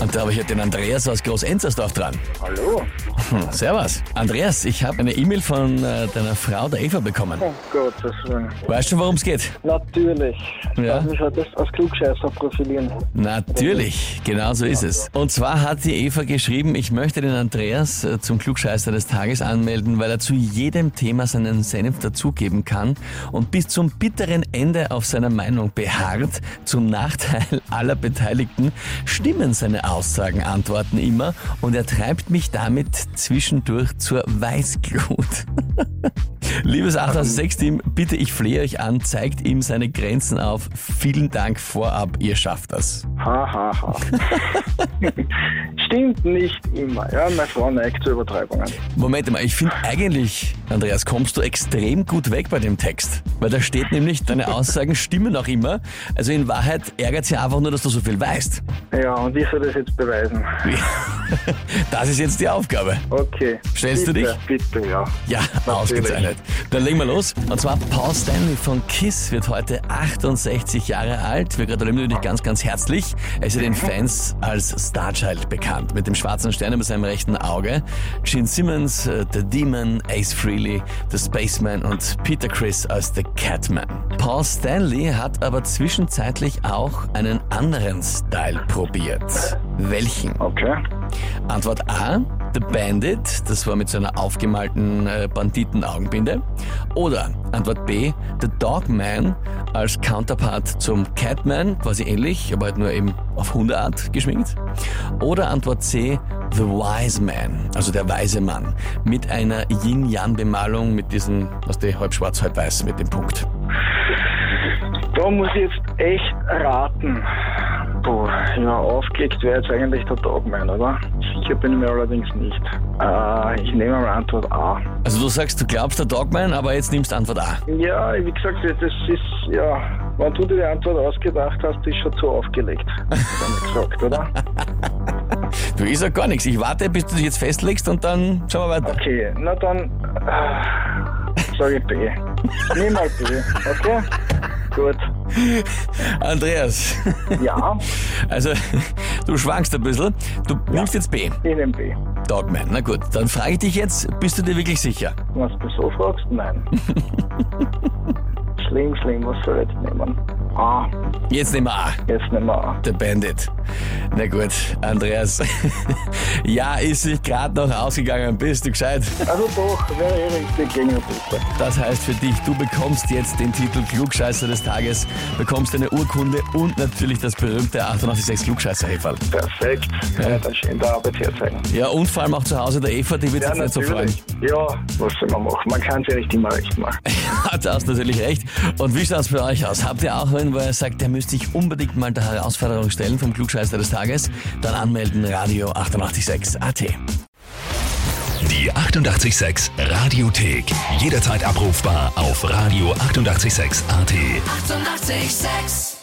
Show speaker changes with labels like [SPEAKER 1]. [SPEAKER 1] Und da habe ich ja den Andreas aus Groß-Enzersdorf dran.
[SPEAKER 2] Hallo?
[SPEAKER 1] Hm, servus. Andreas, ich habe eine E-Mail von äh, deiner Frau, der Eva, bekommen.
[SPEAKER 2] Oh Gottes Willen.
[SPEAKER 1] Weißt schon, worum es geht?
[SPEAKER 2] Natürlich.
[SPEAKER 1] Ja.
[SPEAKER 2] Darf ich halt das als Klugscheißer profilieren?
[SPEAKER 1] Natürlich, genau so ist es. Und zwar hat die Eva geschrieben, ich möchte den Andreas äh, zum Klugscheißer des Tages anmelden, weil er zu jedem Thema seinen Senf dazugeben kann und bis zum bitteren Ende auf seiner Meinung beharrt, zum Nachteil aller Beteiligten, stimmen seine Aussagen, Antworten immer und er treibt mich damit zwischendurch zur Weißglut. Liebes 886-Team, bitte, ich flehe euch an, zeigt ihm seine Grenzen auf. Vielen Dank vorab, ihr schafft das.
[SPEAKER 2] Ha, ha, ha. Stimmt nicht immer. Ja, meine Frau neigt zu Übertreibungen.
[SPEAKER 1] Moment mal, ich finde eigentlich, Andreas, kommst du extrem gut weg bei dem Text. Weil da steht nämlich, deine Aussagen stimmen auch immer. Also in Wahrheit ärgert sie einfach nur, dass du so viel weißt.
[SPEAKER 2] Ja, und ich soll das jetzt beweisen.
[SPEAKER 1] Das ist jetzt die Aufgabe.
[SPEAKER 2] Okay.
[SPEAKER 1] Stellst du
[SPEAKER 2] bitte,
[SPEAKER 1] dich?
[SPEAKER 2] Bitte, ja.
[SPEAKER 1] Ja, ausgezeichnet. Dann legen wir los. Und zwar Paul Stanley von Kiss wird heute 68 Jahre alt. Wir gratulieren natürlich ganz, ganz herzlich. Er ist ja den Fans als Starchild bekannt. Mit dem schwarzen Stern über seinem rechten Auge. Gene Simmons, äh, The Demon, Ace Frehley, The Spaceman und Peter Chris als The Catman. Paul Stanley hat aber zwischenzeitlich auch einen anderen Style probiert. Welchen?
[SPEAKER 2] Okay.
[SPEAKER 1] Antwort A, The Bandit, das war mit so einer aufgemalten äh, Banditenaugenbinde. Oder Antwort B, The Dogman als Counterpart zum Catman, quasi ähnlich, aber halt nur eben auf Hundeart geschminkt. Oder Antwort C, The Wise Man, also der weise Mann, mit einer Yin-Yang-Bemalung, mit diesen, was die halb schwarz, halb weiß, mit dem Punkt.
[SPEAKER 2] Da muss ich jetzt echt raten. Puh, ja, aufgelegt wäre jetzt eigentlich der Dogman, oder? Sicher bin ich mir allerdings nicht. Äh, ich nehme mal Antwort A.
[SPEAKER 1] Also du sagst, du glaubst der Dogman, aber jetzt nimmst Antwort A.
[SPEAKER 2] Ja, wie gesagt, das ist, ja, wenn du dir die Antwort ausgedacht hast, ist schon zu aufgelegt. Hab ich gesagt, oder?
[SPEAKER 1] Du ist ja gar nichts. Ich warte, bis du dich jetzt festlegst und dann schauen wir weiter.
[SPEAKER 2] Okay, na dann, äh, sage ich B. Nimm mal B, okay? Gut.
[SPEAKER 1] Andreas.
[SPEAKER 2] Ja,
[SPEAKER 1] Also, du schwankst ein bisschen. Du nimmst jetzt B,
[SPEAKER 2] ich nehme B.
[SPEAKER 1] Dogman. Na gut, dann frage ich dich jetzt, bist du dir wirklich sicher?
[SPEAKER 2] Wenn du mich so fragst, nein. schlimm, schlimm, was soll ich jetzt nehmen? A,
[SPEAKER 1] Jetzt nehmen wir A,
[SPEAKER 2] jetzt nehmen wir A.
[SPEAKER 1] The Bandit. Na gut, Andreas. ja, ist sich gerade noch ausgegangen, bist du gescheit.
[SPEAKER 2] Also doch, wäre eh richtig gegen die Buche.
[SPEAKER 1] Das heißt für dich, du bekommst jetzt den Titel Klugscheißer des Tages, bekommst eine Urkunde und natürlich das berühmte 886 klugscheißer -Häferl.
[SPEAKER 2] Perfekt, ja, dann schön der Arbeit herzeigen.
[SPEAKER 1] Ja, und vor allem auch zu Hause der Eva, die wird
[SPEAKER 2] Ja,
[SPEAKER 1] jetzt nicht so freuen.
[SPEAKER 2] natürlich. Ja, was soll man machen? Man kann es ja nicht immer recht machen.
[SPEAKER 1] Ja, da hast du natürlich recht. Und wie schaut's bei euch aus? Habt ihr auch einen, wo ihr sagt, der müsste sich unbedingt mal der Herausforderung stellen vom Klugscheißer des Tages? Dann anmelden, Radio 886 AT.
[SPEAKER 3] Die 88,6 Radiothek. Jederzeit abrufbar auf radio886.at. 88,6.
[SPEAKER 4] Eighty-eight, sex.